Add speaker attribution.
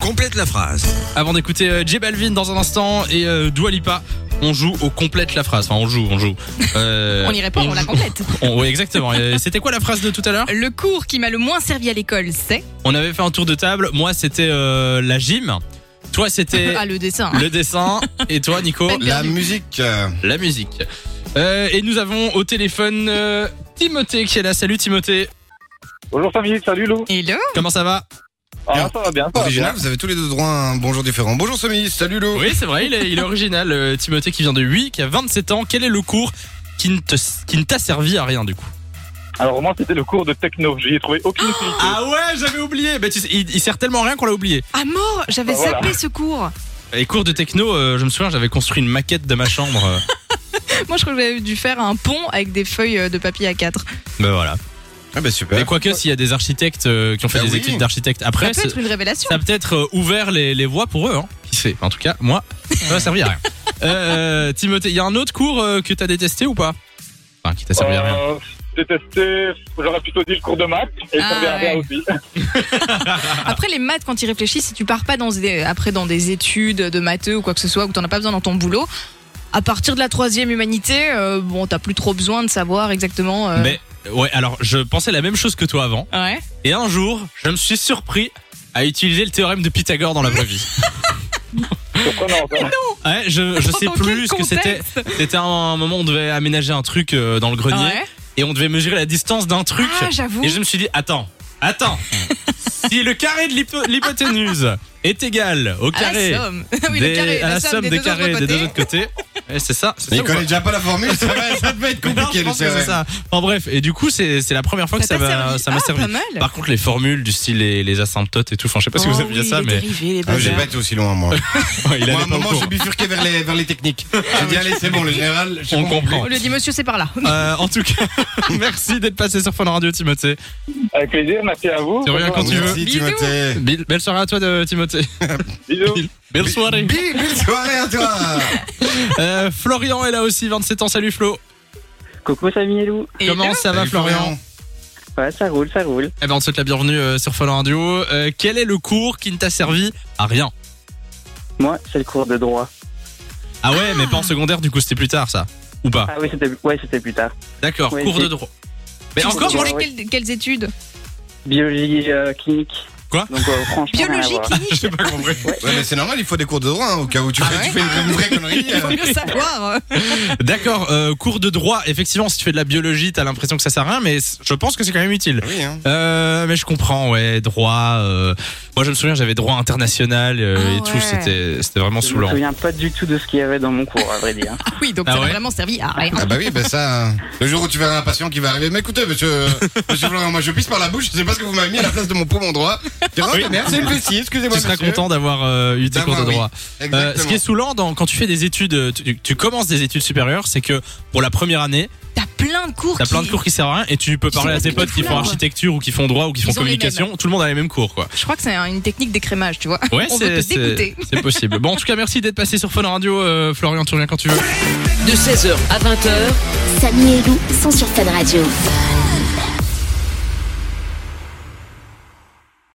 Speaker 1: complète la phrase.
Speaker 2: Avant d'écouter euh, J Balvin dans un instant et euh, Dua Lipa, on joue au complète la phrase. Enfin, on joue, on joue. Euh,
Speaker 3: On y répond, on la
Speaker 2: joue-
Speaker 3: complète.
Speaker 2: on- ouais, exactement. Et euh, C'était quoi la phrase de tout à l'heure
Speaker 3: Le cours qui m'a le moins servi à l'école, c'est
Speaker 2: On avait fait un tour de table. Moi, c'était euh, la gym. Toi, c'était
Speaker 3: ah, le dessin.
Speaker 2: le dessin. Et toi, Nico,
Speaker 3: Peine
Speaker 4: La
Speaker 3: perdue.
Speaker 4: musique. euh,
Speaker 2: la musique. Euh, et nous avons au téléphone euh, Timothée qui est là. Salut Timothée.
Speaker 5: Bonjour Samy, salut Lou.
Speaker 3: Hello
Speaker 2: Comment ça va
Speaker 5: Ah, ça va bien, ça va bien.
Speaker 4: Original, vous avez tous les deux droit à un bonjour différent. Bonjour Samy, salut Lou.
Speaker 2: Oui, c'est vrai, il est, il est original. euh, Timothée qui vient de 8, qui a 27 ans. Quel est le cours qui ne te- qui ne t'a servi à rien du coup
Speaker 5: Alors moi c'était le cours de techno, j'y ai trouvé aucune utilité.
Speaker 2: Ah ouais, j'avais oublié. Bah, tu sais, il, il sert tellement à rien qu'on l'a oublié.
Speaker 3: Ah mort J'avais
Speaker 5: Voilà.
Speaker 3: zappé ce cours
Speaker 2: Et cours de techno, euh, je me souviens, j'avais construit une maquette de ma chambre. euh.
Speaker 3: Moi, je crois que j'avais dû faire un pont avec des feuilles euh, de papier à 4.
Speaker 2: bah voilà.
Speaker 4: Ah bah
Speaker 2: Mais
Speaker 4: super.
Speaker 2: quoique, s'il y a des architectes euh, qui ont fait
Speaker 4: Bah
Speaker 2: des
Speaker 4: oui.
Speaker 2: études d'architecte
Speaker 3: Ça
Speaker 2: après,
Speaker 3: peut
Speaker 2: c'est-
Speaker 3: être une révélation.
Speaker 2: ça a peut-être euh, ouvert les, les voies pour eux. Hein. Qui sait En tout cas, moi, ça m'a servi à rien. Euh, Timothée, il y a un autre cours euh, que t'as détesté ou pas Enfin, qui t'a servi à rien.
Speaker 5: Euh, Détesté, j'aurais plutôt dit le cours de maths et
Speaker 3: Ah,
Speaker 5: ça servait à rien
Speaker 3: ouais.
Speaker 5: aussi.
Speaker 3: Après, les maths, quand tu réfléchis, si tu pars pas dans des, après dans des études de matheux ou quoi que ce soit, ou que t'en as pas besoin dans ton boulot, à partir de la troisième humanité, euh, bon, t'as plus trop besoin de savoir exactement. euh,
Speaker 2: Mais ouais, alors je pensais la même chose que toi avant.
Speaker 3: Ouais.
Speaker 2: Et un jour, je me suis surpris à utiliser le théorème de Pythagore dans la vraie vie.
Speaker 5: Surprenant, ça.
Speaker 2: Ouais, je, je sais
Speaker 3: Dans
Speaker 2: plus
Speaker 3: quel
Speaker 2: ce que c'était.
Speaker 3: contexte
Speaker 2: C'était un moment où on devait aménager un truc euh, dans le grenier
Speaker 3: Ouais.
Speaker 2: et on devait mesurer la distance d'un truc.
Speaker 3: Ah, j'avoue.
Speaker 2: et je me suis dit, attends, attends, si le carré de l'hypo- l'hypoténuse est égal au
Speaker 3: À la
Speaker 2: carré,
Speaker 3: somme. Ah, Oui, le
Speaker 2: des-
Speaker 3: carré,
Speaker 2: à la somme des,
Speaker 3: deux
Speaker 2: carrés
Speaker 3: autres
Speaker 2: des deux
Speaker 3: côtés.
Speaker 2: autres côtés, Ouais, c'est ça, c'est
Speaker 4: Mais
Speaker 2: ça
Speaker 4: il
Speaker 2: ou
Speaker 4: connaît
Speaker 2: pas
Speaker 4: déjà pas la formule, ça va, ça peut être
Speaker 2: Non, je
Speaker 4: compliqué. le
Speaker 2: pense que c'est
Speaker 4: CRM.
Speaker 2: ça. En bref, et du coup, c'est c'est la première fois que ça
Speaker 3: T'as pas
Speaker 2: m'a
Speaker 3: servi.
Speaker 2: ça m'a
Speaker 3: Ah,
Speaker 2: servi.
Speaker 3: Pas mal.
Speaker 2: Par contre, les formules du style les, les asymptotes et tout, enfin, je sais pas si vous
Speaker 3: Oh
Speaker 2: aviez
Speaker 3: oui,
Speaker 2: ça,
Speaker 3: les
Speaker 2: mais
Speaker 3: dérivés, les
Speaker 4: Ah, j'ai
Speaker 3: bazars.
Speaker 4: pas été aussi loin moi.
Speaker 2: Ouais, il
Speaker 4: moi à
Speaker 2: allait
Speaker 4: un
Speaker 2: pas au
Speaker 4: moment
Speaker 2: cours.
Speaker 4: je bifurquais vers les, vers les techniques. J'ai dit allez c'est bon le général, je sais
Speaker 2: On
Speaker 4: pas.
Speaker 2: comprend.
Speaker 3: On Oh, le dit, monsieur, c'est par là.
Speaker 2: Euh, en tout cas, merci d'être passé sur Fun Radio, Timothée.
Speaker 5: Avec plaisir, merci à vous.
Speaker 2: Tu reviens quand tu veux.
Speaker 4: Merci
Speaker 3: Bisous.
Speaker 4: Timothée.
Speaker 2: Bill- belle soirée à toi, de, Timothée.
Speaker 5: Bisous.
Speaker 2: Belle soirée.
Speaker 4: Bi- Bonne soirée à toi.
Speaker 2: Euh, Florian est là aussi, 27 ans. Salut Flo.
Speaker 6: Coucou Samy et Lou.
Speaker 3: Et
Speaker 2: Comment
Speaker 3: là,
Speaker 2: ça va,
Speaker 4: Salut,
Speaker 2: Florian
Speaker 6: Ouais, ça roule, ça roule.
Speaker 2: Eh ben, on te souhaite la bienvenue euh, sur Fun Radio. Euh, quel est le cours qui ne t'a servi à rien
Speaker 6: Moi, c'est le cours de droit.
Speaker 2: Ah ouais, mais pas en secondaire, du coup, c'était plus tard, ça. Ou pas
Speaker 6: Ah oui, c'était ouais, c'était plus tard.
Speaker 2: D'accord,
Speaker 6: Ouais,
Speaker 2: cours de
Speaker 6: c'est-
Speaker 2: droit. Mais
Speaker 3: tu-
Speaker 2: encore,
Speaker 3: tu
Speaker 2: moi,
Speaker 3: fais
Speaker 6: moi, je-
Speaker 3: quelles, quelles études
Speaker 6: Biologie euh, clinique.
Speaker 2: Quoi
Speaker 6: Donc euh, franchement, rien à
Speaker 3: Biologie,
Speaker 6: voir.
Speaker 3: clinique
Speaker 2: j'ai pas compris. Ah
Speaker 4: Ouais mais c'est normal, il faut des cours de droit hein, au cas où tu, fais, tu fais une vraie connerie. euh.
Speaker 3: Faut mieux savoir.
Speaker 2: D'accord, euh, cours de droit, effectivement, si tu fais de la biologie, t'as l'impression que ça sert à rien, mais c- je pense que c'est quand même utile.
Speaker 4: Oui hein.
Speaker 2: Euh, mais je comprends, ouais, droit. euh, Moi, je me souviens, j'avais droit international euh,
Speaker 3: Ah
Speaker 2: et tout,
Speaker 3: ouais.
Speaker 2: c'était c'était vraiment
Speaker 6: Je me
Speaker 2: saoulant.
Speaker 6: souviens pas du tout de ce qu'il y avait dans mon cours, à vrai dire.
Speaker 3: Ah oui, donc
Speaker 2: Ah
Speaker 3: ça
Speaker 2: ouais
Speaker 3: n'a vraiment servi à rien.
Speaker 4: Ah bah oui, bah ça, euh, le jour où tu verras un patient qui va arriver, mais écoutez monsieur, monsieur Florian, moi je pisse par la bouche, je sais pas ce que vous m'avez mis à la place de mon poumon droit. Tu vois,
Speaker 2: Oui.
Speaker 4: merde, c'est une vessie, excusez-moi
Speaker 2: Tu seras
Speaker 4: monsieur.
Speaker 2: content d'avoir euh, eu tes cours
Speaker 4: D'avoir,
Speaker 2: de
Speaker 4: oui,
Speaker 2: droit. Euh, ce
Speaker 4: Exactement.
Speaker 2: qui est saoulant dans- quand tu fais des études, euh, tu, tu commences des études supérieures, c'est que pour la première année,
Speaker 3: T'as plein de cours.
Speaker 2: t'as
Speaker 3: qui-
Speaker 2: plein de cours qui servent à rien et tu peux
Speaker 3: Ils
Speaker 2: parler
Speaker 3: sont
Speaker 2: à tes
Speaker 3: pas
Speaker 2: potes qui
Speaker 3: là,
Speaker 2: font
Speaker 3: quoi.
Speaker 2: architecture ou qui font droit ou qui font
Speaker 3: Ils ont les
Speaker 2: communication, tout le monde a les mêmes cours quoi.
Speaker 3: Je crois que c'est une technique d'écrémage, tu vois.
Speaker 2: Ouais,
Speaker 3: On veut te
Speaker 2: c'est-
Speaker 3: dégoûter.
Speaker 2: c'est- c'est possible. Bon, en tout cas, merci d'être passé sur Fun Radio, euh, Florian, tu reviens quand tu veux.
Speaker 7: De 16h à 20h,
Speaker 8: Samy et Lou sont sur Fan Radio.